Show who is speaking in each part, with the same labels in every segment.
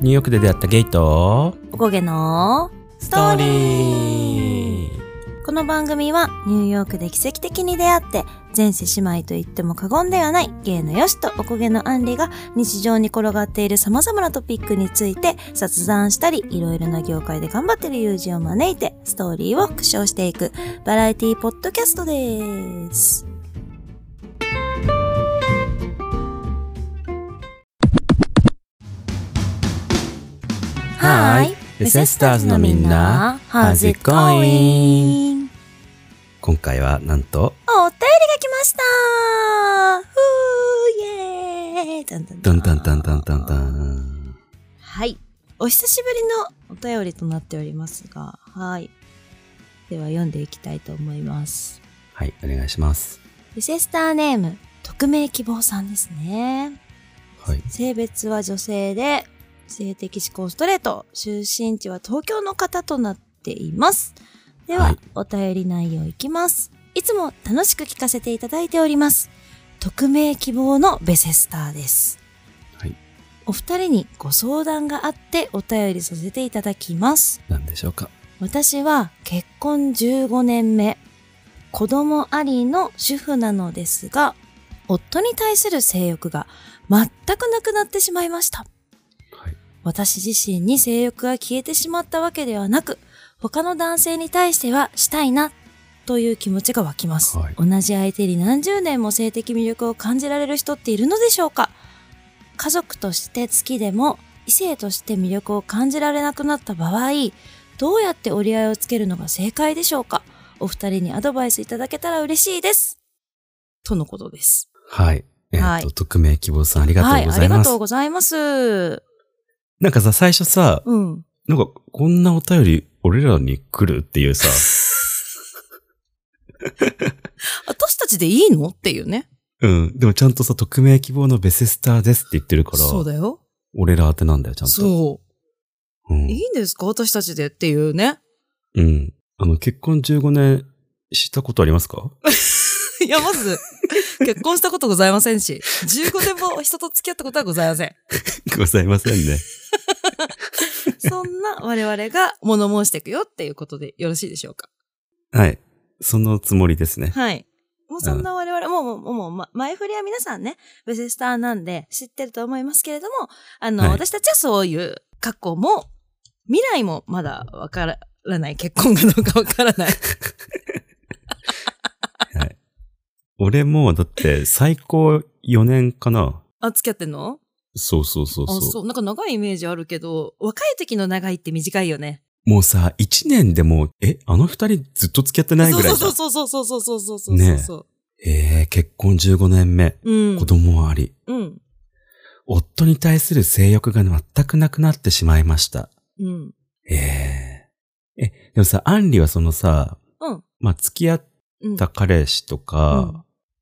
Speaker 1: ニューヨークで出会ったゲイと
Speaker 2: おこげのストーリーこの番組はニューヨークで奇跡的に出会って前世姉妹と言っても過言ではない芸のよしとおこげのあんりが日常に転がっている様々なトピックについて雑談したりいろいろな業界で頑張っている友人を招いてストーリーを復唱していくバラエティポッドキャストです。はーい。
Speaker 1: The Sisters のみんな How's it going? 今回はなんと
Speaker 2: お便りが来ましたふーイエーイだんだん
Speaker 1: タンタンタンタンタンタン
Speaker 2: はい。お久しぶりのお便りとなっておりますが、はい。では読んでいきたいと思います。
Speaker 1: はいお願いします
Speaker 2: リセスターネーム、匿名希望さんですね。
Speaker 1: はい
Speaker 2: 性別は女性で、性的指向ストレート、出身地は東京の方となっています。では、
Speaker 1: はい
Speaker 2: お便り内容いきます。いつも楽しく聞かせていただいております。匿名希望のベセスターです。
Speaker 1: はい
Speaker 2: お二人にご相談があってお便りさせていただきます。
Speaker 1: 何でしょうか
Speaker 2: 私は結婚15年目、子供ありの主婦なのですが、夫に対する性欲が全くなくなってしまいました。
Speaker 1: はい
Speaker 2: 私自身に性欲が消えてしまったわけではなく、他の男性に対してはしたいな、という気持ちが湧きます。
Speaker 1: はい
Speaker 2: 同じ相手に何十年も性的魅力を感じられる人っているのでしょうか家族として好きでも、異性として魅力を感じられなくなった場合、どうやって折り合いをつけるのが正解でしょうかお二人にアドバイスいただけたら嬉しいです。とのことです。
Speaker 1: はいえっと、
Speaker 2: はい
Speaker 1: 匿名希望さんありがとうご
Speaker 2: は
Speaker 1: ざ
Speaker 2: い、あ
Speaker 1: い
Speaker 2: りが
Speaker 1: ます、
Speaker 2: とうございます。
Speaker 1: なんかさ最初さ
Speaker 2: うん。
Speaker 1: なんかこんなお便り俺らに来るっていう さ
Speaker 2: 私たちでいいのっていうね。
Speaker 1: うんでもちゃんとさ匿名希望のベセスターですって言ってるから
Speaker 2: そうだよ。
Speaker 1: 俺ら宛てなんだよちゃんと
Speaker 2: そうう。
Speaker 1: ん
Speaker 2: いいんですか私たちでっていうね。
Speaker 1: うん。あの、結婚15年したことありますか
Speaker 2: いや、まず、結婚したことございませんし、15年も人と付き合ったことはございません。
Speaker 1: ございませんね。
Speaker 2: そんな我々が物申していくよっていうことでよろしいでしょうか
Speaker 1: はい。そのつもりですね。
Speaker 2: はい。もうそんな我々、もう、もう、もう、ま前振りは皆さんね、ベセスターなんで知ってると思いますけれども、あの、
Speaker 1: はい
Speaker 2: 私たちはそういう過去も、未来もまだわからない、結婚がどうかわからない。
Speaker 1: 俺も、だって、最高4年かな。
Speaker 2: あ、付き合ってんの
Speaker 1: そうそうそうそう
Speaker 2: あ、そう。なんか長いイメージあるけど、若い時の長いって短いよね。
Speaker 1: もうさ、1年でもう、え、あの2人ずっと付き合ってないぐらいじゃ
Speaker 2: そ
Speaker 1: ん
Speaker 2: う。そうそうそうそうそうそうそうそう。
Speaker 1: ねえー、結婚15年目。
Speaker 2: うん。
Speaker 1: 子供はあり。
Speaker 2: うん。
Speaker 1: 夫に対する性欲が全くなくなってしまいました。
Speaker 2: うん。
Speaker 1: えー。え、でもさ、アンリはそのさ、
Speaker 2: うん。
Speaker 1: まあ、付き合っ
Speaker 2: うん。
Speaker 1: た彼氏とか、
Speaker 2: うん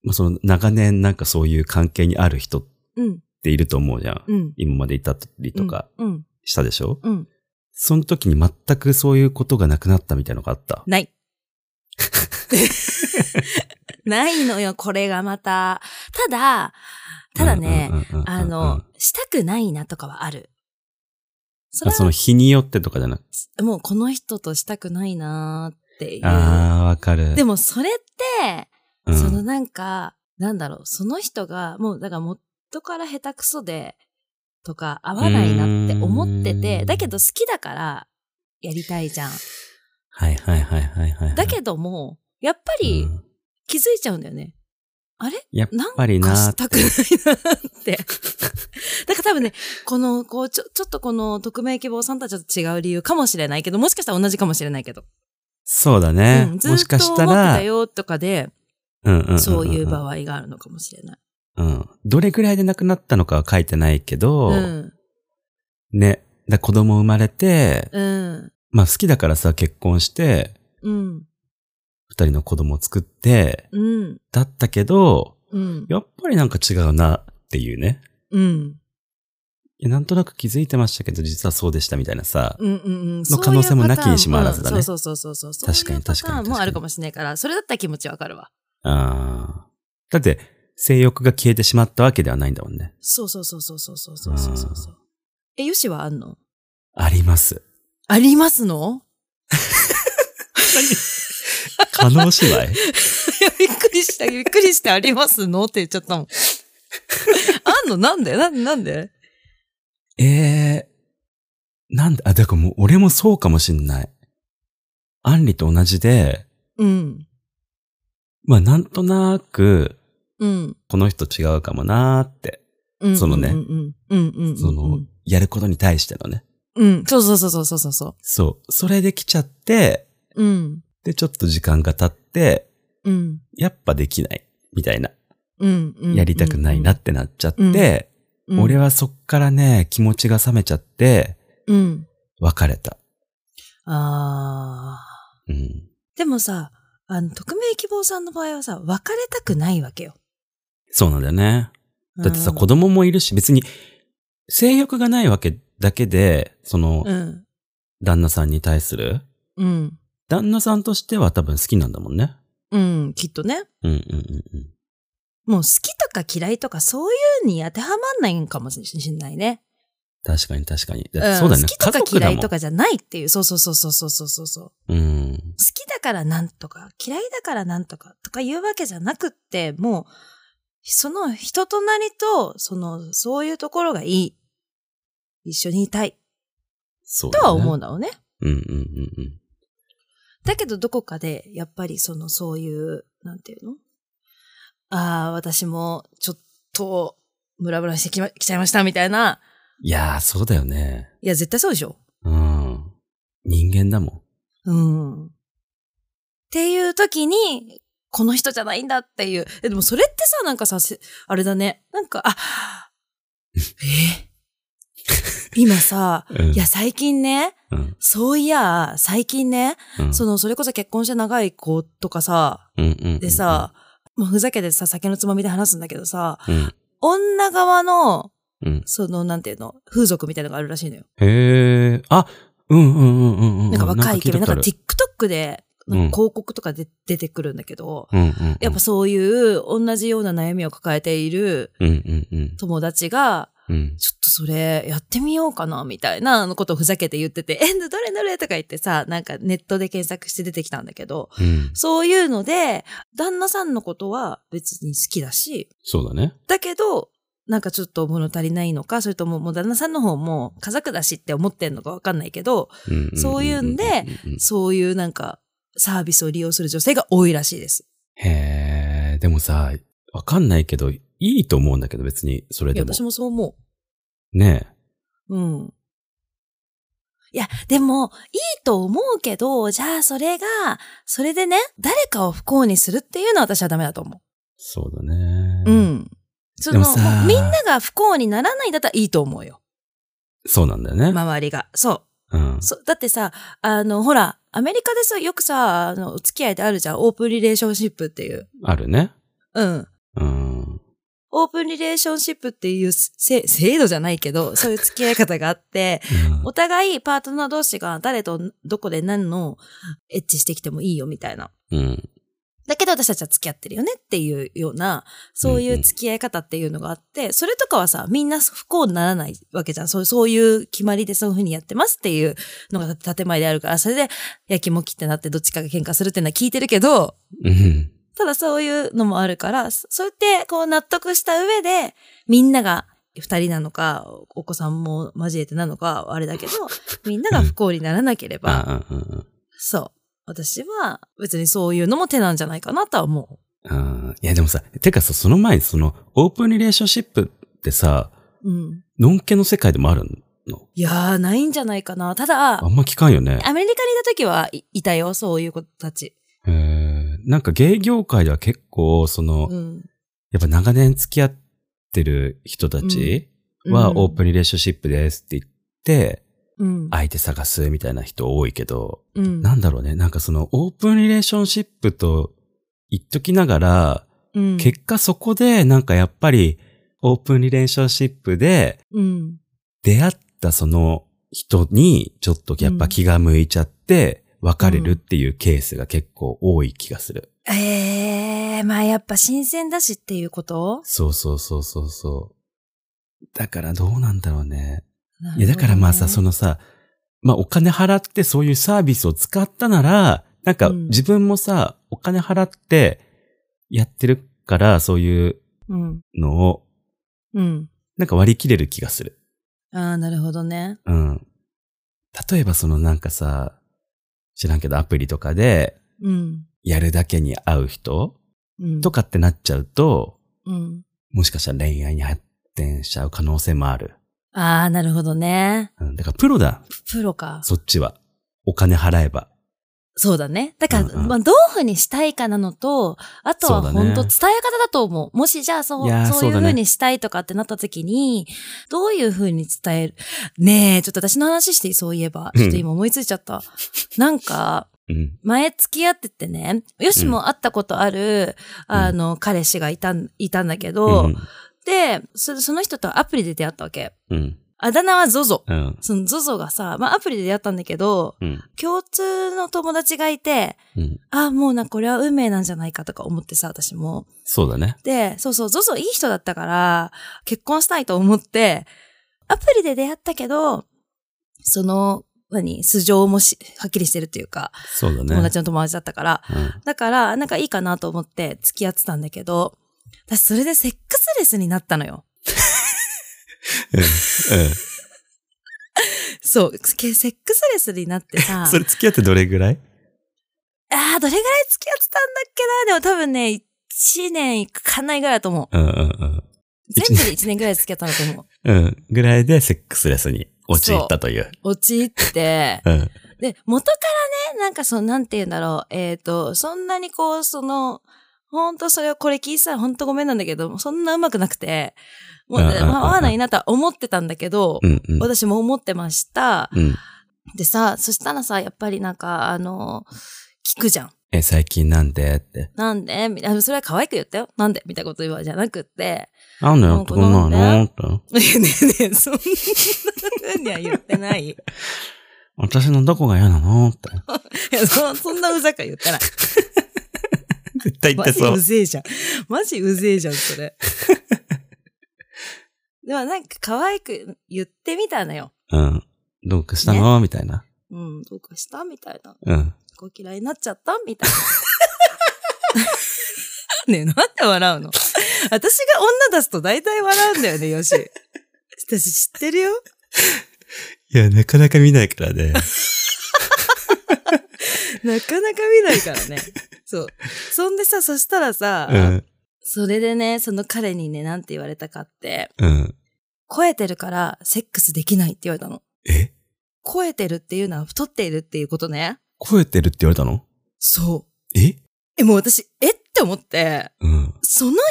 Speaker 1: まあ、その長年なんかそういう関係にある人っ
Speaker 2: うん。
Speaker 1: ていると思うじゃん。
Speaker 2: うん。
Speaker 1: 今までいたりとか
Speaker 2: うん。
Speaker 1: したでしょ、
Speaker 2: うん。うん。
Speaker 1: その時に全くそういうことがなくなったみたいのがあった。
Speaker 2: ない。ないのよ、これがまた。ただ、ただね、
Speaker 1: うんうんうんうんうん、
Speaker 2: あの、したくないなとかはある。そ
Speaker 1: あ、
Speaker 2: れ
Speaker 1: そ
Speaker 2: は
Speaker 1: の、日によってとかじゃなくて。
Speaker 2: もうこの人としたくないなーっていう。
Speaker 1: ああ、わかる。
Speaker 2: で
Speaker 1: も、
Speaker 2: もそれって、
Speaker 1: うん、
Speaker 2: そのなんか、なんだろう、その人が、もうだから元から下手くそで、とか合わないなって思って
Speaker 1: うー
Speaker 2: て、
Speaker 1: ん
Speaker 2: だけど好きだからやりたいじゃん。
Speaker 1: はいはいはいはいはい。
Speaker 2: だけども、やっぱり、
Speaker 1: うん
Speaker 2: 気づいちゃうんだよね。あれ
Speaker 1: やっ
Speaker 2: なんか
Speaker 1: ぱりな
Speaker 2: し
Speaker 1: ーって
Speaker 2: たくないなって。 だから多分ね、この、こう、ちょ、ちょっとこの匿名希望さんとはちょっと違う理由かもしれないけど、もしかしたら同じかもしれないけど。
Speaker 1: そうだね。
Speaker 2: うん、ず
Speaker 1: も
Speaker 2: っ
Speaker 1: し
Speaker 2: と
Speaker 1: か
Speaker 2: 思っ
Speaker 1: してたら
Speaker 2: た、よとかで、
Speaker 1: うんうんんん
Speaker 2: そういう場合があるのかもしれない。
Speaker 1: うん。どれぐらいで亡くなったのかは書いてないけど、
Speaker 2: うん。
Speaker 1: ね。だ子供生まれて、
Speaker 2: うん。
Speaker 1: まあ好きだからさ、結婚して、
Speaker 2: うん。
Speaker 1: 二人の子供を作って、
Speaker 2: うん。
Speaker 1: だったけど、
Speaker 2: うん。
Speaker 1: やっぱりなんか違うなっていうね。
Speaker 2: うん。
Speaker 1: いやなんとなく気づいてましたけど、実はそうでしたみたいなさ。
Speaker 2: うんうんうん。
Speaker 1: の可能性もなきにしもあらずだね
Speaker 2: そういうパターンもそうそうそうそうそう。
Speaker 1: 確かに確かに
Speaker 2: そういうパターンもあるかもしれないから、それだったら気持ちわかるわ。
Speaker 1: あーだって、性欲が消えてしまったわけではないんだもんね。
Speaker 2: そうそうそうそうそうそうそうそうそうそう。え、よしはあんの
Speaker 1: あります。
Speaker 2: ありますの
Speaker 1: 可能姉妹
Speaker 2: いやびっくりした。びっくりしてありますのって言っちゃったもん。あんのなんでなんでなんで
Speaker 1: ええなんで、あ、だからもう俺もそうかもしんない。アンリと同じで、
Speaker 2: うん。
Speaker 1: まあなんとなく、
Speaker 2: うん。
Speaker 1: この人違うかもなーって、
Speaker 2: うん
Speaker 1: そのね
Speaker 2: うんうんうん。うんうん。
Speaker 1: その、やることに対してのね。
Speaker 2: うん。そうそうそうそうそうそ
Speaker 1: そう。それで来ちゃって、
Speaker 2: う。うん。
Speaker 1: で、ちょっと時間が経って、
Speaker 2: うん。
Speaker 1: やっぱできない、みたいな。
Speaker 2: うん。うん
Speaker 1: やりたくないなっ、てなっちゃって、
Speaker 2: うんうん
Speaker 1: 俺。はそっからね、気持ちが冷めちゃって、
Speaker 2: うん。
Speaker 1: 別れた。
Speaker 2: ああ。
Speaker 1: うん。
Speaker 2: でもさ、あの、匿名希望さんの場合はさ、別れたくないわけよ。
Speaker 1: そうなんだよね。だってさ、
Speaker 2: うん
Speaker 1: 子供もいるし、別に、性欲がないわけだけで、その、
Speaker 2: うん。
Speaker 1: 旦那さんに対する、
Speaker 2: うん。
Speaker 1: 旦那さんとしては多分好きなんだもんね。
Speaker 2: うん。きっとね。
Speaker 1: うんうんうんうん。
Speaker 2: もう好きとか嫌いとかそういうに当てはまんないんかもしれないね。
Speaker 1: 確かに確かに。だっ
Speaker 2: ん
Speaker 1: てそうだよね。
Speaker 2: 好きとか
Speaker 1: 家族だ
Speaker 2: 嫌
Speaker 1: もん
Speaker 2: いとかじゃないっていう、そうそうそうそうそうそうそう。好
Speaker 1: うん。
Speaker 2: きだからなんとか、嫌いだからなんとかとかいうわけじゃなくって、もう、その人となりと、その、そういうところがいい。一緒にいたい。
Speaker 1: そうだ
Speaker 2: と
Speaker 1: ね
Speaker 2: は思う。のよね。
Speaker 1: うんうんうんうん。
Speaker 2: だけどどこかで、やっぱりその、そういう、なんていうのああ、私も、ちょっと、ムラムラしてき,、ま、きちゃいました、みたいな。
Speaker 1: いやー、そうだよね。
Speaker 2: いや、絶対そうでしょ。
Speaker 1: うん。人間だも
Speaker 2: うん。っていう時に、この人じゃないんだっていう。え、でもそれってさ、なんかさ、せあれだね。なんか、あ、え今さ、
Speaker 1: ん。うん
Speaker 2: いや、、最近ね、
Speaker 1: うん。
Speaker 2: そういや、最近ね、
Speaker 1: うん
Speaker 2: その、それこそ結婚して長い子とかさ、
Speaker 1: うんうんうんうん
Speaker 2: で、さ、もうふざけてさ、酒のつまみで話すんだけどさ、
Speaker 1: うん。
Speaker 2: 女側の、
Speaker 1: うん。
Speaker 2: その、なんていうの、風俗みたいなのがあるらしいのよ。
Speaker 1: へえ。あ、うんうんうんうんうん。
Speaker 2: なんか若いイケメン、なんか
Speaker 1: 聞い
Speaker 2: TikTok で、
Speaker 1: うん
Speaker 2: なんか広告とかで出てくるんだけど、
Speaker 1: たことあるうんうんうん。
Speaker 2: やっぱ、そういう、同じような悩みを抱えている
Speaker 1: うんうんうん。
Speaker 2: 友達が、
Speaker 1: うん。
Speaker 2: ちょっとそれやってみようかな、みたいなのことをふざけて言ってて、 え、どれどれとか言ってさ、なんかネットで検索して出てきたんだけど、
Speaker 1: うん。
Speaker 2: そういうので、旦那さんのことは別に好きだし、
Speaker 1: そうだね。
Speaker 2: だけど、なんかちょっと物足りないのか、それとももう旦那さんの方も家族だしって思ってんのかわかんないけど、
Speaker 1: うんうんうんうんうん
Speaker 2: そういうんで、そういうなんかサービスを利用する女性が多いらしいです。
Speaker 1: へえ。でもさ、わかんないけど、いいと思うんだけど、別に、それ
Speaker 2: いや、
Speaker 1: でも
Speaker 2: 私。もそう思
Speaker 1: ね
Speaker 2: う。うん。いや、でも、いいと思うけど、じゃあそれが、それでね、誰かを不幸にするっていうのは私はダメだと思
Speaker 1: そうだね。
Speaker 2: う。う。ん。そ
Speaker 1: で
Speaker 2: の、
Speaker 1: も
Speaker 2: も
Speaker 1: さ
Speaker 2: うみんなが不幸にならないんだったらいいと思うよ。
Speaker 1: そうなんだよね。
Speaker 2: 周りが。そう。
Speaker 1: うん。
Speaker 2: そう、だってさ、あの、ほら、アメリカでさ、よくさ、あの、お付き合いであるじゃん。オープンリレーションシップっていう。
Speaker 1: あるね。
Speaker 2: うん。
Speaker 1: うん。
Speaker 2: オープンリレーションシップっていうせ制度じゃないけど、そういう付き合い方があって、お互いパートナー同士が誰とどこで何のエッチしてきてもいいよみたいな。
Speaker 1: うん。うん。
Speaker 2: だけど私たちは付き合ってるよねっていうような、そういう付き合い方っていうのがあって、それとかはさ、みんな不幸にならないわけじゃん。そうそういう決まりでそういうふうにやってますっていうのが建前であるから、それで、やきもきってなってどっちかが喧嘩するっていうのは聞いてるけど、
Speaker 1: うん。
Speaker 2: ただそういうのもあるから、そそうやってこう納得した上で、みんなが二人なのか、お子さんも交えてなのか、あれだけど、みんなが不幸にならなければ、
Speaker 1: あ、 うんうんうん。
Speaker 2: そう。私は別にそういうのも手なんじゃないかなとは思
Speaker 1: う
Speaker 2: う。
Speaker 1: んいやでもさ、てかさ、その前にその、オープンリレーションシップってさ、
Speaker 2: うん。
Speaker 1: のんけの世界でもあるの
Speaker 2: いやー、ないんじゃないかな。ただ、
Speaker 1: あ
Speaker 2: ア
Speaker 1: んま聞かんよね。
Speaker 2: メリカにいた時はいいたよ、そういう子たち。
Speaker 1: へーなんか芸業界では結構、その、
Speaker 2: うん。
Speaker 1: やっぱ長年付き合ってる人たちは、オープン
Speaker 2: ン。
Speaker 1: リレーションシップですって言って、
Speaker 2: うん。
Speaker 1: 相手探すみたいな人多いけど、
Speaker 2: うん。
Speaker 1: なんだろうね、なんかその、オープンリレーションシップと言っときながら、
Speaker 2: うん、
Speaker 1: 結果そこで、なんかやっぱり、オープンリレーションシップで、
Speaker 2: うん。
Speaker 1: 出会ったその人にちょっとやっぱ気が向いちゃって別れるっていうケースが結構多い気がする。
Speaker 2: ええー、まあやっぱ新鮮だしっていうこと
Speaker 1: そうそうそうそうそう。だからどうなんだろうね。いや、だからまあさ、そ
Speaker 2: の、
Speaker 1: のさ、まあお金払ってそういうサービスを使ったなら、なんか
Speaker 2: うん
Speaker 1: 自分もさ、お金払ってやってるから、そういう
Speaker 2: うん。
Speaker 1: のを、
Speaker 2: うん。
Speaker 1: なんか割り切れる気がする。
Speaker 2: ああ、なるほどね。
Speaker 1: うん。例えばそのなんかさ、知らんけどアプリとかで、
Speaker 2: うん。
Speaker 1: やるだけに会う人
Speaker 2: うん。
Speaker 1: とかってなっちゃうと、
Speaker 2: うん。
Speaker 1: もしかしたら恋愛に発展しちゃう可能性もある。
Speaker 2: ああ、なるほどね。
Speaker 1: うん、だからプロだ、
Speaker 2: プロか。
Speaker 1: そっちは。お金払えば。
Speaker 2: そうだね。だから、
Speaker 1: うんうん
Speaker 2: まあ、どういうふうにしたいかなのと、あとは
Speaker 1: そうだね
Speaker 2: 本当伝え方だと思う。もしじゃあそ、
Speaker 1: いうやー
Speaker 2: そういう
Speaker 1: そ
Speaker 2: ふ
Speaker 1: うだ
Speaker 2: う
Speaker 1: ね
Speaker 2: にしたいとかってなった時に、どういうふうに伝える。ねえ、ちょっと私の話していいそういえば。
Speaker 1: うん
Speaker 2: ちょっと今思いついちゃった。なんか、
Speaker 1: うん。
Speaker 2: 前付き合っててね、よしも会ったことある、
Speaker 1: うん
Speaker 2: あの、彼氏がいたん、いたんだけど、
Speaker 1: うん。
Speaker 2: でそ、その人とアプリで出会ったわけ。
Speaker 1: うん。
Speaker 2: あだ名はゾゾ。
Speaker 1: うん。
Speaker 2: そのゾゾがさ、まあアプリで出会ったんだけど、
Speaker 1: うん。
Speaker 2: 共通の友達がいて、
Speaker 1: うん。
Speaker 2: あ、もうな、これは運命なんじゃないかとか思ってさ、私も。
Speaker 1: そうだね。
Speaker 2: で、そうそう、ゾゾいい人だったから、結婚したいと思って、アプリで出会ったけど、その、何、素性もし、はっきりしてるっていうか、
Speaker 1: そうだね。
Speaker 2: 友達の友達だったから、
Speaker 1: うん。
Speaker 2: だから、なんかいいかなと思って付き合ってたんだけど、私それでセックスレスになったのよ。そう、けセックスレスになって
Speaker 1: う
Speaker 2: さ
Speaker 1: ん。、 それ付き合ってどれぐらい
Speaker 2: ああ、どれぐらい付き合ってたんだっけなでも多分ね、1年いかないぐらいだと思う。
Speaker 1: うんうんうん。
Speaker 2: 全部で1年ぐらい付き合ったんだと思う。
Speaker 1: うん。ぐらいでセックスレスに陥ったという。
Speaker 2: 陥って、
Speaker 1: うん。
Speaker 2: で、元からね、なんかその、なんて言うんだろう、えっ、と、そんなにこう、その、ほんとそれをこれ聞いてたらほんとごめんなんだけど、そんなうまくなくて、もう、
Speaker 1: うん
Speaker 2: ま
Speaker 1: うんうんうん
Speaker 2: あ合わないなとは思ってたんだけど、
Speaker 1: うんうん。
Speaker 2: 私も思ってました。
Speaker 1: うん。
Speaker 2: でさ、そしたらさ、やっぱりなんか、あの、聞くじゃん。
Speaker 1: え、最近なんでって。
Speaker 2: なんでみたいな、それは可愛く言ったよ。なんでみたいなこと言うわじゃなくって。
Speaker 1: なんだよ、
Speaker 2: こ
Speaker 1: こ
Speaker 2: ん
Speaker 1: ん
Speaker 2: な
Speaker 1: な
Speaker 2: の
Speaker 1: の
Speaker 2: ね
Speaker 1: って。
Speaker 2: ねえねえ、そんな風には言ってない。い
Speaker 1: 私のどこが嫌なのって。
Speaker 2: やそそんなうざくは言ってない。
Speaker 1: 絶対言
Speaker 2: マ
Speaker 1: って
Speaker 2: ジ
Speaker 1: そう
Speaker 2: う。ぜえじゃん。 マジうぜえじゃん、それ。でもなんか可愛く言ってみたのよ。
Speaker 1: うん。どうかしたの、みたいな。
Speaker 2: うん、どうかしたみたいな。
Speaker 1: うん。
Speaker 2: ご嫌いになっちゃったみたい な。ねえ、なんで笑うの私が女出すと大体笑うんだよね、よし。私知ってるよ。
Speaker 1: いや、なかなか見ないからね。
Speaker 2: なかなか見ないからね。そう。そんでさ、そしたらさ、
Speaker 1: うん。
Speaker 2: それでね、その彼にね、なんて言われたかって、
Speaker 1: うん。
Speaker 2: 超えてるからセックスできないって言われたの。
Speaker 1: え
Speaker 2: 超えてるっていうのは太っているっていうことね。
Speaker 1: 超えてるって言われたの
Speaker 2: そう。
Speaker 1: え
Speaker 2: え、もう私、えって思って、
Speaker 1: うん。
Speaker 2: その言い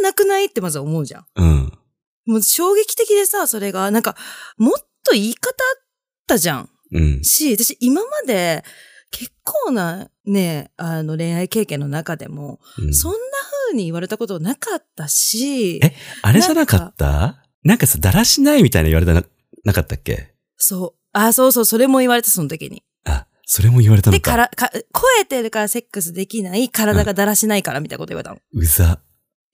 Speaker 2: 方なくないってまず思うじゃん。
Speaker 1: うん。
Speaker 2: もう衝撃的でさ、それが、なんか、もっと言い方あったじゃん。
Speaker 1: うん。
Speaker 2: し、私今まで結構なね、あの恋愛経験の中でも、
Speaker 1: うん
Speaker 2: そんな風に言われたことなかったし、
Speaker 1: えあれじゃなかったなんかさ、だらしないみたいな言われたな、なかったっけ
Speaker 2: そう。あ、そうそう、それも言われた、その時に。
Speaker 1: あ、それも言われたの
Speaker 2: で、
Speaker 1: か。
Speaker 2: から、か、超えてるからセックスできない、体がだらしないから、みたいなこと言われたの。
Speaker 1: うざ。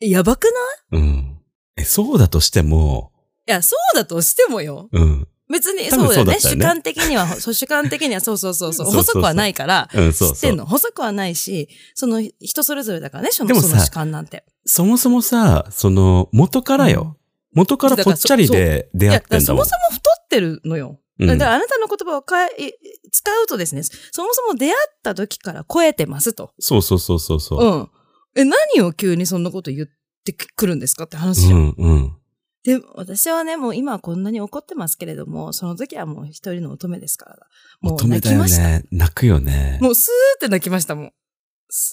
Speaker 2: えやばくない
Speaker 1: うん。え、そうだとしても、
Speaker 2: いや、そうだとしてもよ。
Speaker 1: うん。
Speaker 2: 別に、
Speaker 1: 多
Speaker 2: そ
Speaker 1: 分
Speaker 2: うだよね。
Speaker 1: そうだ
Speaker 2: 主
Speaker 1: ったよ
Speaker 2: 観的 には、そう主観的には、そうそうそうそう。
Speaker 1: そうそうそう
Speaker 2: 細くはないから、
Speaker 1: うん、
Speaker 2: 知
Speaker 1: そう
Speaker 2: って
Speaker 1: そ
Speaker 2: ん
Speaker 1: う。
Speaker 2: の。細くはないし、その人それぞれだからね、そ
Speaker 1: で
Speaker 2: の
Speaker 1: も
Speaker 2: そ
Speaker 1: さ
Speaker 2: の主観なんて。
Speaker 1: そもそもさ、その、元からよ。元からぽっちゃりで
Speaker 2: い
Speaker 1: 出会
Speaker 2: や、
Speaker 1: っ
Speaker 2: だか
Speaker 1: てん
Speaker 2: ら
Speaker 1: だ
Speaker 2: そ
Speaker 1: も
Speaker 2: も
Speaker 1: ん
Speaker 2: そ。も太ってるのよ。
Speaker 1: うん
Speaker 2: だからあなたの言葉をかえい使うとですね、そもそも出会った時から超えてますと。
Speaker 1: そうそうそうそう
Speaker 2: う
Speaker 1: そう。
Speaker 2: ん。え、何を急にそんなこと言ってくるんですかって話じ
Speaker 1: う
Speaker 2: ゃん。
Speaker 1: ん、うん。
Speaker 2: で、私はね、もう今はこんなに怒ってますけれども、その時はもう一人の乙女ですから。も
Speaker 1: 乙
Speaker 2: う
Speaker 1: 女
Speaker 2: 泣
Speaker 1: だ
Speaker 2: き
Speaker 1: よ
Speaker 2: ました。
Speaker 1: ね。泣くよね。
Speaker 2: もうスーって泣きましたもん。ス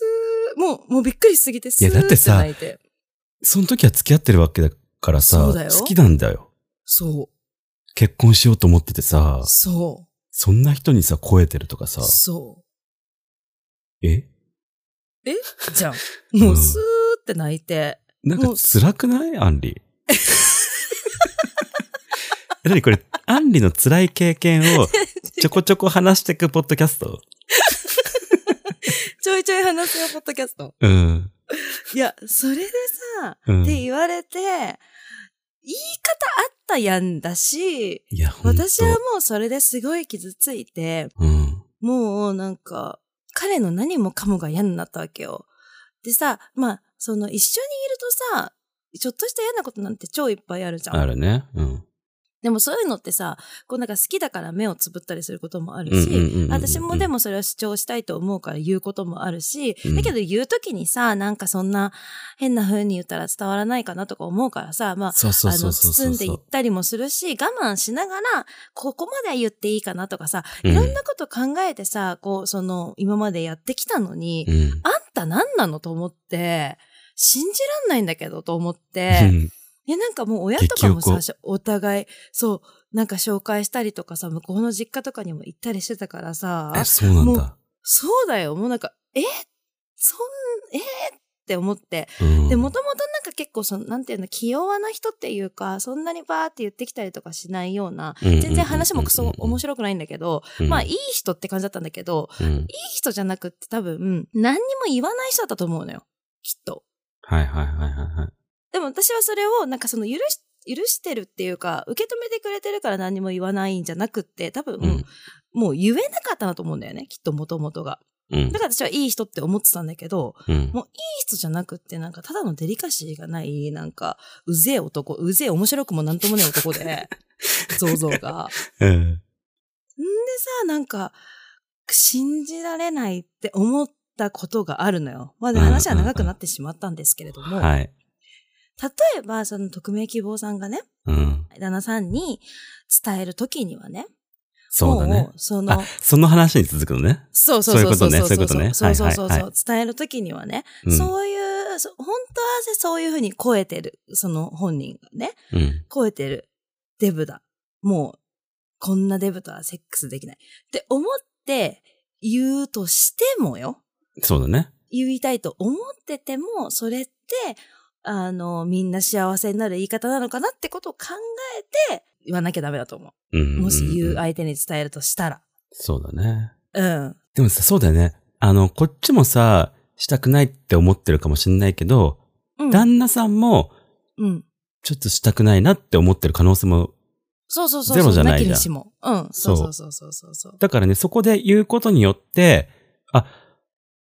Speaker 2: ー、もう、もうびっくりしすぎてスー
Speaker 1: いやだ
Speaker 2: っ
Speaker 1: っててさ
Speaker 2: 泣いて。
Speaker 1: その時は付き合ってるわけだから
Speaker 2: そう
Speaker 1: さ
Speaker 2: だよ、
Speaker 1: 好きなんだよ。
Speaker 2: そ
Speaker 1: 結婚しようと思っててさ
Speaker 2: う、、そ
Speaker 1: そんな人にさ、超えてるとかさ
Speaker 2: う、、そ
Speaker 1: え
Speaker 2: う。じゃん。
Speaker 1: ん
Speaker 2: もうスーって泣いて。
Speaker 1: なんか
Speaker 2: もう
Speaker 1: 辛くないアンリ。 え何これ、アンリの辛い経験をちょこちょこ話してくポッドキャスト
Speaker 2: ちょいちょい話すよ、ポッドキャスト。
Speaker 1: うん。
Speaker 2: いや、それでさ、
Speaker 1: うん
Speaker 2: って言われて、言い方あったやんだし、
Speaker 1: いや、ほんと
Speaker 2: 私はもうそれですごい傷ついて、
Speaker 1: うん。
Speaker 2: もうなんか、彼の何もかもが嫌になったわけよ。でさ、まあ、その一緒にいるとさ、ちょっとした嫌なことなんて超いっぱいあるじゃん。
Speaker 1: あるね。うん。
Speaker 2: でもそういうのってさ、こうなんか好きだから目をつぶったりすることもある
Speaker 1: うん
Speaker 2: し、
Speaker 1: うんうんうん
Speaker 2: 私もでもそれを主張したいと思うから言うこともあるし、
Speaker 1: うん
Speaker 2: だけど言うときにさ、なんかそんな変な風に言ったら伝わらないかなとか思うからさ、まあ、
Speaker 1: そうそう
Speaker 2: あ
Speaker 1: そ
Speaker 2: の、
Speaker 1: うそうそう。
Speaker 2: 包んでいったりもするし、我慢しながら、ここまでは言っていいかなとかさ、
Speaker 1: うん
Speaker 2: いろんなこと考えてさ、こう、その、今までやってきたのに、
Speaker 1: うん。
Speaker 2: あんた何なのと思って、信じらんないんだけどと思っ
Speaker 1: う
Speaker 2: て、
Speaker 1: ん
Speaker 2: いや、なんかもう親とかも
Speaker 1: 激お
Speaker 2: さ
Speaker 1: こ、
Speaker 2: しお互い、そう、なんか紹介したりとかさ、向こうの実家とかにも行ったりしてたからさ、
Speaker 1: え、そうなんだ。
Speaker 2: そうだよ、もうなんか、えそん、えって思って、
Speaker 1: うん
Speaker 2: で、もともとなんか結構その、なんていうの、器用な人っていうか、そんなにバーって言ってきたりとかしないような、全然話もクソ面白くないんだけど、
Speaker 1: い
Speaker 2: まあいい人って感じだったんだけど、
Speaker 1: うん
Speaker 2: いい人じゃなくって多分、何にも言わない人だったと思うのよ。きっと。
Speaker 1: はいはいはいはいはい。
Speaker 2: でも私はそれを、なんかその許し、許してるっていうか、受け止めてくれてるから何にも言わないんじゃなくって、多分、
Speaker 1: うん
Speaker 2: もう言えなかったなと思うんだよね、きっともともとが。
Speaker 1: うん
Speaker 2: だから私はいい人って思ってたんだけど、
Speaker 1: うん
Speaker 2: もういい人じゃなくって、なんかただのデリカシーがない、なんか、うぜえ男、うぜえ面白くもなんともねえ男 で、ゾウゾウが。
Speaker 1: うん
Speaker 2: さあ、なんか、信じられないって思ったことがあるのよ。まあで、
Speaker 1: うんうんうん
Speaker 2: 話は長くなってしまったんですけれども、例
Speaker 1: はい。
Speaker 2: えば、その匿名希望さんがね、
Speaker 1: うん。
Speaker 2: 旦那さんに伝えるときにはね、
Speaker 1: そうだね
Speaker 2: も。うその
Speaker 1: あ、、その話に続くのね。
Speaker 2: そうそうそうそう
Speaker 1: そういうことねそういうことね
Speaker 2: そうそうそう
Speaker 1: はい
Speaker 2: そ
Speaker 1: は
Speaker 2: う。伝えるときにはね、
Speaker 1: うん
Speaker 2: そういう、そ本当はそういうふうに超えてる。その本人がね、
Speaker 1: うん。
Speaker 2: 超えてる。デブだ。もう、こんなデブとはセックスできない。って思って言うとしてもよ。
Speaker 1: そうだね。
Speaker 2: 言いたいと思ってても、それって、あの、みんな幸せになる言い方なのかなってことを考えて言わなきゃダメだと思
Speaker 1: うん。
Speaker 2: う。もし言う
Speaker 1: うん
Speaker 2: 相手に伝えるとしたら。
Speaker 1: そうだね。
Speaker 2: うん。
Speaker 1: でもさ、そうだよね。あの、こっちもさ、したくないって思ってるかもしんないけど、
Speaker 2: うん。
Speaker 1: 旦那さんも、
Speaker 2: うん。
Speaker 1: ちょっとしたくないなって思ってる可能性も、
Speaker 2: そうそうそうそう。
Speaker 1: ゼロじゃないじゃん
Speaker 2: きにしも。うん。
Speaker 1: そ
Speaker 2: そううそうそうそうそうそう。
Speaker 1: だからね、そこで言うことによって、あ、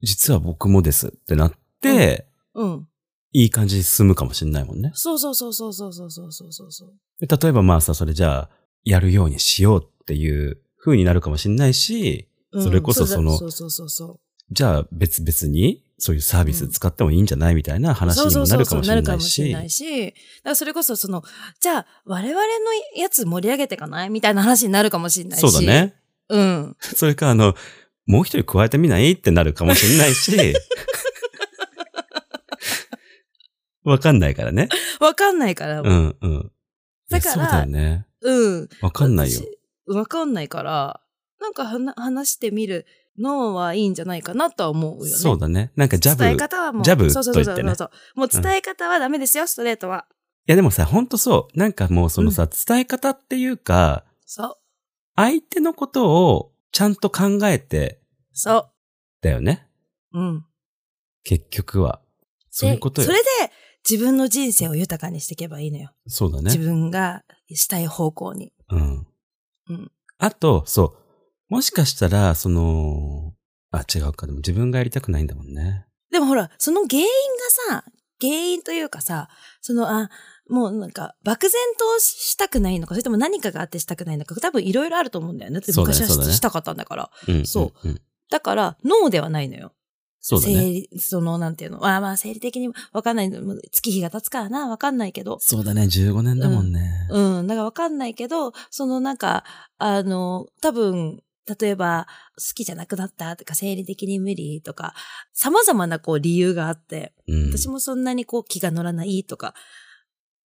Speaker 1: 実は僕もですってなって、
Speaker 2: うん。
Speaker 1: いい感じに進むかもしんないもんね。
Speaker 2: そうそうそうそうそうそうそうそうそうそう。
Speaker 1: で例えばまあさ、それじゃあ、やるようにしようっていう風になるかもしんないし、
Speaker 2: うん
Speaker 1: それこそ
Speaker 2: だ
Speaker 1: その
Speaker 2: そうそうそうそう。
Speaker 1: じゃあ別々にそういうサービス使ってもいいんじゃないみたいな話
Speaker 2: そう
Speaker 1: に
Speaker 2: そ
Speaker 1: も
Speaker 2: う
Speaker 1: な
Speaker 2: そう
Speaker 1: るか
Speaker 2: そう
Speaker 1: もしれ
Speaker 2: なるか
Speaker 1: ない
Speaker 2: もしれ
Speaker 1: し
Speaker 2: な。いし、だからそれこそその、じゃあ我々のやつ盛り上げてかないみたいな話になるかもしれないし。
Speaker 1: そうだ。ね。
Speaker 2: うん。
Speaker 1: それかあの、もう一人加えてみないってなるかもしれない し。わかんないからね。
Speaker 2: わかんないから。
Speaker 1: う
Speaker 2: うん。
Speaker 1: んうん。いや
Speaker 2: だから
Speaker 1: そうだよね。
Speaker 2: わ、
Speaker 1: わかんないよ。
Speaker 2: 私。わかんないから、なんかはな話してみるのはいいんじゃないかなとは思うよね。
Speaker 1: そうだね。なんかジャブ。
Speaker 2: 伝え
Speaker 1: い
Speaker 2: 方はもう、
Speaker 1: ジャブ
Speaker 2: そうそうそうそ
Speaker 1: と言って
Speaker 2: う
Speaker 1: ね
Speaker 2: そう。もう伝え方はダメですよ、ストレートは。
Speaker 1: やでもさ、ほんとそう。なんかもうそのさ、伝え方っていうか、
Speaker 2: そう。
Speaker 1: 相手のことをちゃんと考えて
Speaker 2: そ
Speaker 1: だよね。
Speaker 2: う。うん。
Speaker 1: 結局は。そういうことよ
Speaker 2: でそ。れで、自分の人生を豊かにしていけばいいのよ。
Speaker 1: そうだね。
Speaker 2: 自分がしたい方向に。
Speaker 1: うん。
Speaker 2: うん
Speaker 1: あと、そう。もしかしたら、その、あ、違うか。でも自分がやりたくないんだもんね。
Speaker 2: でもほら、その原因がさ、原因というかさ、その、あ、もうなんか、漠然としたくないのか、それとも何かがあってしたくないのか、多分いろいろあると思うんだよね。だって
Speaker 1: そうだね
Speaker 2: 昔は
Speaker 1: そうだね
Speaker 2: したかったんだから。
Speaker 1: うん。
Speaker 2: そ
Speaker 1: うん。うん
Speaker 2: だから、脳ではないのよ。
Speaker 1: そうだ
Speaker 2: 生
Speaker 1: ね。
Speaker 2: 理、その、なんていうの。あまあ、生理的にわかんない。もう月日が経つからな、わかんないけど。
Speaker 1: そうだね。15年だもんね。
Speaker 2: うん、なんかわかんないけど、そのなんか、あの、多分、例えば、好きじゃなくなったとか、生理的に無理とか、様々なこう理由があって、
Speaker 1: うん。
Speaker 2: 私もそんなにこう気が乗らないとか、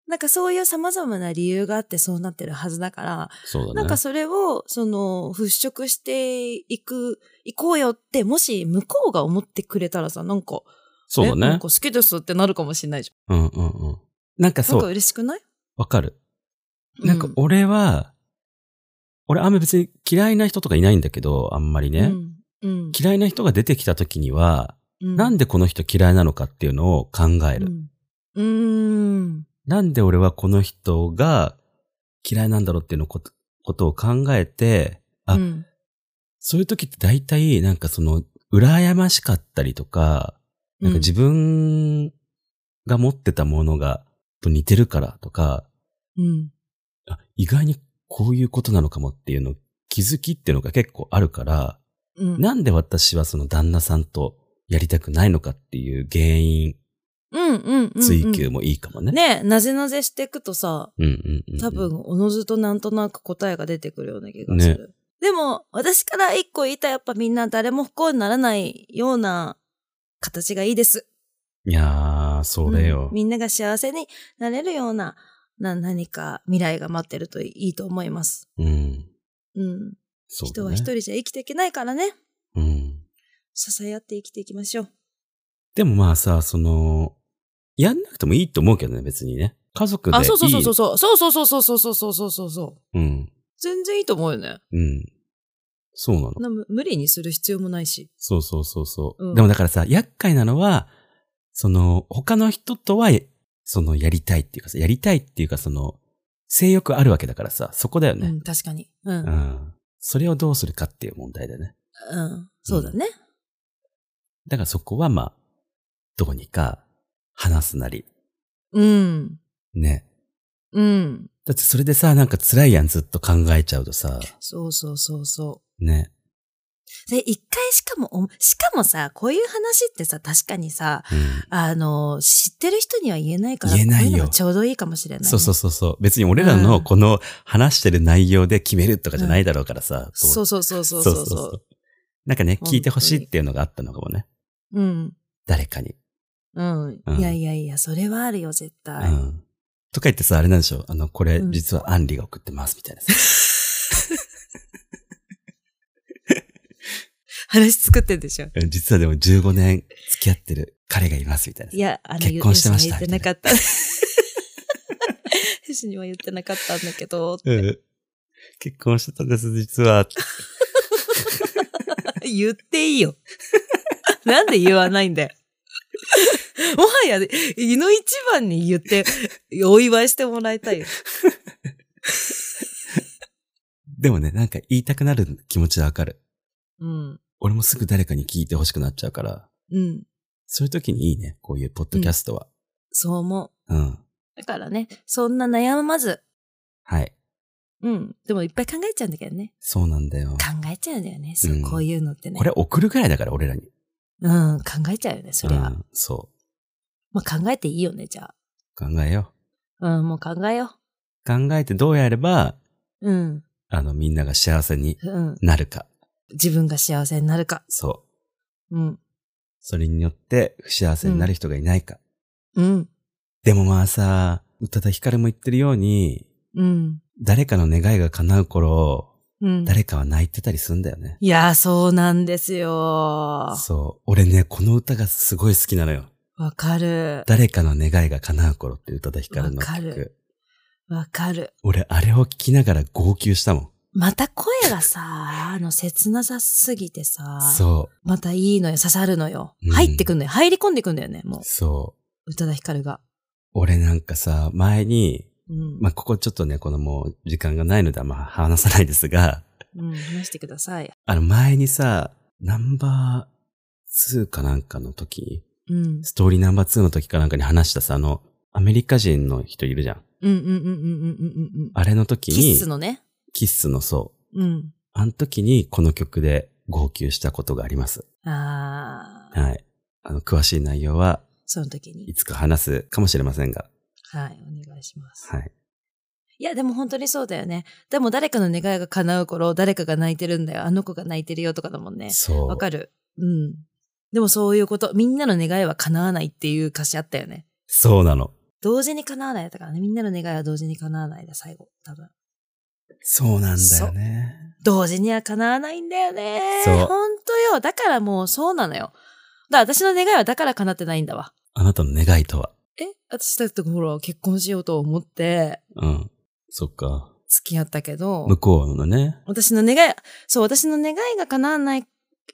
Speaker 2: なんかそういう様々な理由があってそうなってるはずだから、
Speaker 1: そうだ
Speaker 2: なん
Speaker 1: ね。
Speaker 2: かそれを、その、払拭していく、行こうよって、もし向こうが思ってくれたらさ、なんか、
Speaker 1: そうだ
Speaker 2: えなん
Speaker 1: ね
Speaker 2: か好。きですってなるかもしれないじ
Speaker 1: うんうんうん。なんか
Speaker 2: ゃん。な
Speaker 1: そ
Speaker 2: んか
Speaker 1: う、
Speaker 2: 嬉しくない
Speaker 1: わかる。なんか
Speaker 2: う
Speaker 1: 俺は、俺あんま別に嫌いな人とかいないんだけど、あんまりね。
Speaker 2: うん。うん。
Speaker 1: 嫌いな人が出てきた時には、
Speaker 2: な
Speaker 1: なんでこの人嫌いなのかっていうのを考える。
Speaker 2: うん。うーん。
Speaker 1: なんで俺はこの人が嫌いなんだろうっていうのことことを考えて、あ
Speaker 2: うん。
Speaker 1: そういう時って大体、なんかその、羨ましかったりとか、なんか自分が持ってたものが、と似てるからとか、
Speaker 2: うん。
Speaker 1: あ意外にこういうことなのかもっていうの、気づきっていうのが結構あるから、
Speaker 2: うん。
Speaker 1: なんで私はその旦那さんとやりたくないのかっていう原因
Speaker 2: うんうんうん。
Speaker 1: 追求もいいかもね。
Speaker 2: ねえ、なぜなぜしていくとさ、
Speaker 1: うんうんうんうん。
Speaker 2: 多分、おのずとなんとなく答えが出てくるような気がする。でも、私から一個言いたい、やっぱみんな誰も不幸にならないような形がいいです。
Speaker 1: いやー、それよ
Speaker 2: うん。みんなが幸せになれるような、な、何か未来が待ってるといいと思います。
Speaker 1: うん。
Speaker 2: うん。
Speaker 1: そう
Speaker 2: 人
Speaker 1: だ
Speaker 2: は
Speaker 1: ね。
Speaker 2: 一人じゃ生きていけないからね。
Speaker 1: うん。
Speaker 2: 支え合って生きていきましょう。
Speaker 1: でもまあさ、その、やんなくてもいいと思うけどね、別にね。家族でいい。
Speaker 2: あ、そうそうそうそう。そうそうそうそうそうそうそうそうそうそう。
Speaker 1: うん。
Speaker 2: 全然いいと思うよね。
Speaker 1: うん。そうなの。
Speaker 2: なむ無理にする必要もないし。
Speaker 1: そうそうそうそう、
Speaker 2: うん
Speaker 1: でもだからさ、厄介なのは、その、他の人とは、その、やりたいっていうかさ、やりたいっていうか、その、性欲あるわけだからさ、そこだよ
Speaker 2: う
Speaker 1: ね。
Speaker 2: ん、確かに。うん。う。
Speaker 1: うんん。それをどうするかっていう問題だよね。
Speaker 2: そうだね。
Speaker 1: だからそこはまあ、どうにか、話すなり、
Speaker 2: うん。
Speaker 1: ね。
Speaker 2: うん。
Speaker 1: だってそれでさ、なんか辛いやん、ずっと考えちゃうとさ、
Speaker 2: そうそうそうそ
Speaker 1: ね。
Speaker 2: う。で、一回しかもお、しかもさ、こういう話ってさ、確かにさ、
Speaker 1: うん
Speaker 2: あの、知ってる人には言えないから、
Speaker 1: 言えないよ
Speaker 2: こううのがちょうどいいかもしれないね、
Speaker 1: そうそう
Speaker 2: そ
Speaker 1: そうそう。別に俺らの
Speaker 2: うん
Speaker 1: この話してる内容で決めるとかじゃないだろうからさ。
Speaker 2: う。そううそうそうそうそうそう。
Speaker 1: なんかね、
Speaker 2: 本当に
Speaker 1: 聞いてほしいっていうのがあったのかもね。
Speaker 2: うん。
Speaker 1: 誰かに。
Speaker 2: うん。
Speaker 1: うん
Speaker 2: いやいやいや、それはあるよ、絶
Speaker 1: う
Speaker 2: 対。
Speaker 1: ん。とか言ってさ、あれなんでしょうあの、これ
Speaker 2: うん
Speaker 1: 実はアンリが送ってますみたいなさ。
Speaker 2: 話作ってんでしょ。。
Speaker 1: うん実はでも15年付き合ってる彼がいますみたいない
Speaker 2: や、あの、
Speaker 1: 結婚してました
Speaker 2: よしには言ってなかった。 よしには言ってなかったんだけど、
Speaker 1: うん結婚してたんです、実は。
Speaker 2: 言っていいよ。なんで言わないんだよ。 もはや、胃の一番に言って、お祝いしてもらい たいよ。
Speaker 1: でもね、なんか言いたくなる気持ちはわかる。
Speaker 2: うん。
Speaker 1: 俺もすぐ誰かに聞いてほしくなっちゃうから。
Speaker 2: うん。
Speaker 1: そういう時にいいね、こういうポッドキャストは。
Speaker 2: そう思
Speaker 1: うん、
Speaker 2: う。だからね、そんな悩まず、
Speaker 1: はい。
Speaker 2: うん。でもいっぱい考えちゃうんだけどね。
Speaker 1: そうなんだよ。
Speaker 2: 考えちゃうんだよね。そう
Speaker 1: うん
Speaker 2: こういうのってね
Speaker 1: こ。れ送るぐらいだから、俺らに。
Speaker 2: うん。考えちゃうよね、そりゃ。
Speaker 1: うんそ
Speaker 2: まあ、考えていいよね、じゃ
Speaker 1: う。考えよ
Speaker 2: あ。うん、もう考えよ
Speaker 1: う。考えてどうやれば、
Speaker 2: う。うん。
Speaker 1: あの、みんなが幸せに
Speaker 2: うん。
Speaker 1: なるか。
Speaker 2: 自分が幸せになるか。
Speaker 1: そう。
Speaker 2: うん。
Speaker 1: それによって、不幸せになる人がいないか。
Speaker 2: うん。
Speaker 1: でもまあさ、宇多田ヒカルも言ってるように、
Speaker 2: うん。
Speaker 1: 誰かの願いが叶う頃、
Speaker 2: うん。
Speaker 1: 誰かは泣いてたりすんだよね。
Speaker 2: いや、そうなんですよ。
Speaker 1: そう。俺ね、この歌がすごい好きなのよ。
Speaker 2: わかる。
Speaker 1: 誰かの願いが叶う頃って宇多田ヒカルの
Speaker 2: わか
Speaker 1: 曲
Speaker 2: る。わかる。
Speaker 1: 俺、あれを聞きながら号泣したも
Speaker 2: また声がさ、あの、切なさすぎてさ
Speaker 1: ん。、そ
Speaker 2: またいいのよ、刺さるのよ
Speaker 1: うん。
Speaker 2: 入ってくんのよ。入り込んでくんだよね、も
Speaker 1: う。そう。
Speaker 2: う。宇多田ヒカルが。
Speaker 1: 俺なんかさ、前に、
Speaker 2: うん。
Speaker 1: まあ、ここちょっとね、このもう時間がないのであんま話さないですが、
Speaker 2: うん、話してください。
Speaker 1: あの前にさ、ナンバー2かなんかの時、
Speaker 2: うん。
Speaker 1: ストーリーナンバー2の時かなんかに話したさ、あの、アメリカ人の人いるじゃん。
Speaker 2: うんうんうんうんうんうんうん。
Speaker 1: あれの時
Speaker 2: キ
Speaker 1: に、
Speaker 2: ッスのね。
Speaker 1: キッスのそう。
Speaker 2: うん。
Speaker 1: あの時にこの曲で号泣したことがあります。
Speaker 2: ああ、
Speaker 1: はい。あの、詳しい内容は
Speaker 2: その時に
Speaker 1: い。つか話すかもしれませんが、
Speaker 2: はい、お願いします。
Speaker 1: はい。
Speaker 2: いや、でも本当にそうだよね。でも誰かの願いが叶う頃、誰かが泣いてるんだよ。あの子が泣いてるよとかだもんね。
Speaker 1: そう。
Speaker 2: わかる。うん。でもそういうこと。みんなの願いは叶わないっていう歌詞あったよね。
Speaker 1: そうなの。
Speaker 2: 同時に叶わないだったからね。みんなの願いは同時に叶わないだ、最後。多分。
Speaker 1: そうなんだよね。
Speaker 2: 同時には叶わないんだよね。
Speaker 1: そう
Speaker 2: ほんとよ。だからもうそうなのよ。だから私の願いはだから叶ってないんだわ。
Speaker 1: あなたの願いとは。
Speaker 2: え私だってほら、結婚しようと思って
Speaker 1: うん。そっか。
Speaker 2: 付き合ったけど。
Speaker 1: 向こうのね。
Speaker 2: 私の願い、そう、私の願いが叶わない、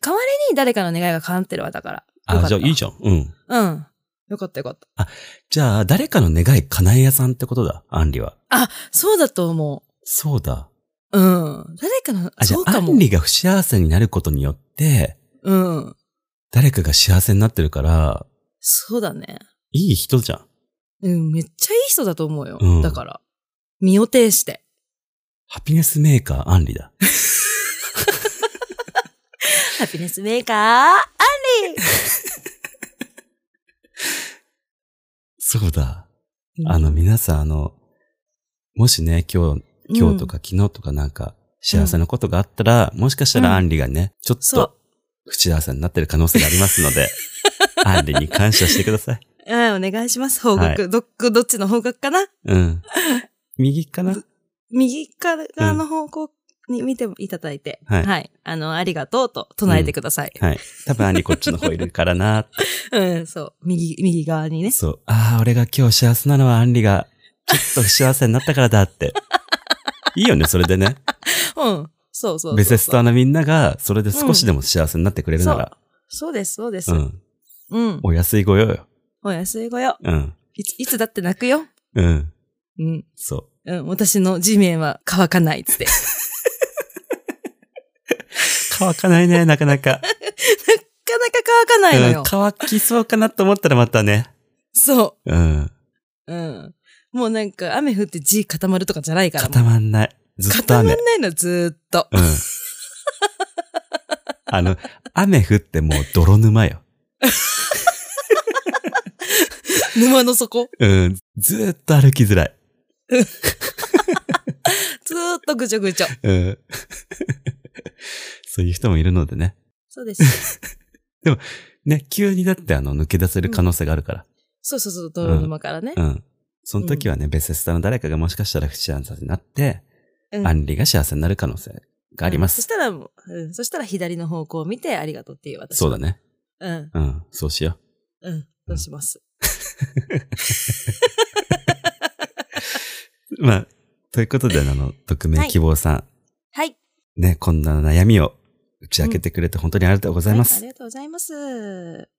Speaker 2: 代わりに誰かの願いが叶ってるわ、だから。
Speaker 1: あ、じゃあいいじ
Speaker 2: ゃ
Speaker 1: ゃん。うん。
Speaker 2: ん。うん。よかったよかった。
Speaker 1: じゃあ、誰かの願い叶え屋さんってことだ、アンリは。
Speaker 2: あ、そうだと思
Speaker 1: そうだ。
Speaker 2: う。うん。誰かの、
Speaker 1: あ、じゃ
Speaker 2: そう
Speaker 1: あ、ア
Speaker 2: かも
Speaker 1: ン。リが不幸せになることによって、
Speaker 2: うん。
Speaker 1: 誰かが幸せになってるから、
Speaker 2: そうだね。
Speaker 1: いい人じゃん。
Speaker 2: うん、めっちゃいい人だと思うよ。
Speaker 1: うん
Speaker 2: だから。身を挺して。
Speaker 1: ハピネスメーカー、アンリだ。
Speaker 3: ハピネスメーカー、アンリー
Speaker 1: そうだ。あの、皆さん、あの、もしね、今日、今日とか昨日とかなんか、幸せなことがあったら、もしかした
Speaker 3: うん
Speaker 1: らアンリがね、ちょっ
Speaker 2: そう
Speaker 1: と、不幸せになってる可能性がありますの で、アンリに感謝してください。
Speaker 2: うん、お願いします。方角、
Speaker 1: は
Speaker 2: どっ、どっちの方角かな
Speaker 1: うん。右かな
Speaker 2: 右側の方向に見ていただいて、
Speaker 1: はい
Speaker 2: あの、ありがとうと唱えてください。
Speaker 1: はい。多分アンリこっちの方いるからなって。
Speaker 2: うん、そう。右、右側にね。
Speaker 1: そう。ああ、俺が今日幸せなのはアンリが、ちょっと不幸せになったからだって。いいよね、それでね。
Speaker 2: うん。そうそうそうそう。
Speaker 1: ベセスターのみんなが、それで少しでも幸せになってくれるなら、
Speaker 2: そうです、そうです。
Speaker 1: う
Speaker 2: うん。
Speaker 1: ん。お安いご用よ。
Speaker 2: お安いごよ。
Speaker 1: うん。
Speaker 2: いつ、いつだって泣くよ。
Speaker 1: うん。
Speaker 2: うん。
Speaker 1: そ
Speaker 2: うん。私の地面は乾かないっつって。な
Speaker 1: う。乾かないね、なかなか。
Speaker 2: かなか乾かないの
Speaker 1: う
Speaker 2: よ
Speaker 1: ん。乾きそうかなと思ったらまたね。
Speaker 2: そ
Speaker 1: うん。
Speaker 2: う。うん。もうなんか雨降って地固まるとかじゃないから。
Speaker 1: 固まんない。ずっと
Speaker 2: 固ま
Speaker 1: 雨
Speaker 2: ん。ないの、ずーっと。
Speaker 1: うん。あの、雨降ってもう泥沼よ。
Speaker 2: 沼の底。
Speaker 1: うん。ずーっと歩きづらい。
Speaker 2: ずーっとぐちょぐちょ。
Speaker 1: うん。 そういう人もいるのでね。
Speaker 2: そうです。
Speaker 1: ね、急にだってあの、抜け出せる可能性があるから。
Speaker 2: そうそうそう、泥沼からね
Speaker 1: う。ん。その時はね、ベセスタの誰かがもしかしたら不幸せになって、
Speaker 2: うん
Speaker 1: アンリが幸せになる可能性がありま
Speaker 2: うんそし
Speaker 1: す。
Speaker 2: たらもう、うん。そしたら左の方向を見てありがとうっていう私。
Speaker 1: そうだ。ね。
Speaker 2: うん。
Speaker 1: うん。そうしよう。
Speaker 2: うん。そうします。
Speaker 1: まあ、ということで、あの、匿名希望さん、
Speaker 3: はい。
Speaker 1: ね、こんな悩みを打ち明けてくれて本当にありがとうございま
Speaker 2: は
Speaker 1: す。
Speaker 2: ありがとうございます。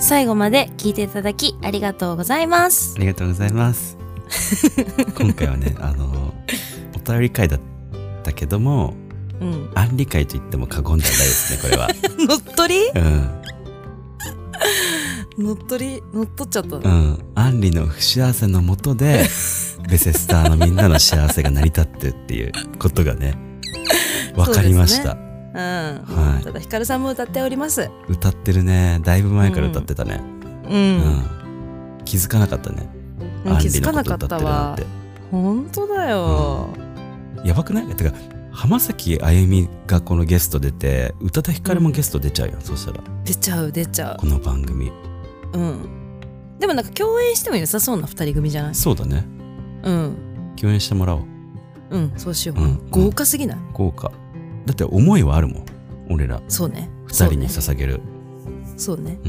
Speaker 3: 最後まで聞いていただきありがとうございます
Speaker 1: あ。りがとうございます。今回はね、あの、お便り会だったけども、
Speaker 2: うん。
Speaker 1: アンリ会と言っても過言じゃないですね、これは。
Speaker 2: 乗っ取り
Speaker 1: うん。
Speaker 2: 乗っ取り乗っ取っちゃった
Speaker 1: う
Speaker 2: の。
Speaker 1: ん。アンリの不幸せのもと で、ベセスターのみんなの幸せが成り立ってるっていうことがね、わかりました。
Speaker 2: うん。
Speaker 1: はい
Speaker 2: ただ、ヒカルさんも歌っております。
Speaker 1: 歌ってるね。だいぶ前から歌ってたね。う
Speaker 2: うん。
Speaker 1: ん気づかなかったね。
Speaker 2: うん
Speaker 1: アン
Speaker 2: 気
Speaker 1: リ
Speaker 2: づ
Speaker 1: の
Speaker 2: か
Speaker 1: こと
Speaker 2: なかっ
Speaker 1: 歌
Speaker 2: た
Speaker 1: ってるなん
Speaker 2: わ
Speaker 1: て。。
Speaker 2: 本当だよ。
Speaker 1: やばくないてか浜崎あゆみがこのゲスト出て宇多田ヒカルもゲスト出ちゃうよ、そしたら
Speaker 2: 出ちゃう、出ちゃ
Speaker 1: この番組
Speaker 2: う。うん。でもなんか共演しても良さそうな二人組じゃない
Speaker 1: そうだね
Speaker 2: うん。
Speaker 1: 共演してもらおう
Speaker 2: うん、そうしよう。
Speaker 1: うん
Speaker 2: 豪華すぎない
Speaker 1: 豪華だって思いはあるもん俺ら
Speaker 2: そうね。
Speaker 1: 二人に捧げる
Speaker 2: そうね。
Speaker 1: う,、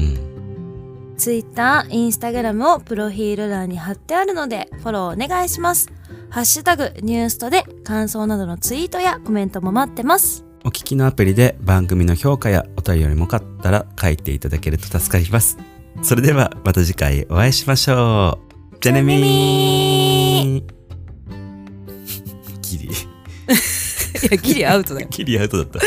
Speaker 3: ツイッター、インスタグラムをプロフィール欄に貼ってあるので、フォローお願いします。ハッシュタグ、ニュースとで感想などのツイートやコメントも待ってます。
Speaker 1: んお聞きのアプリで番組の評価やお便りもかったら書いていただけると助かりますそれではまた次回お会いしましょうじゃねみーギリ
Speaker 2: いや、ギリアウトだよ。
Speaker 1: ギリアウトだった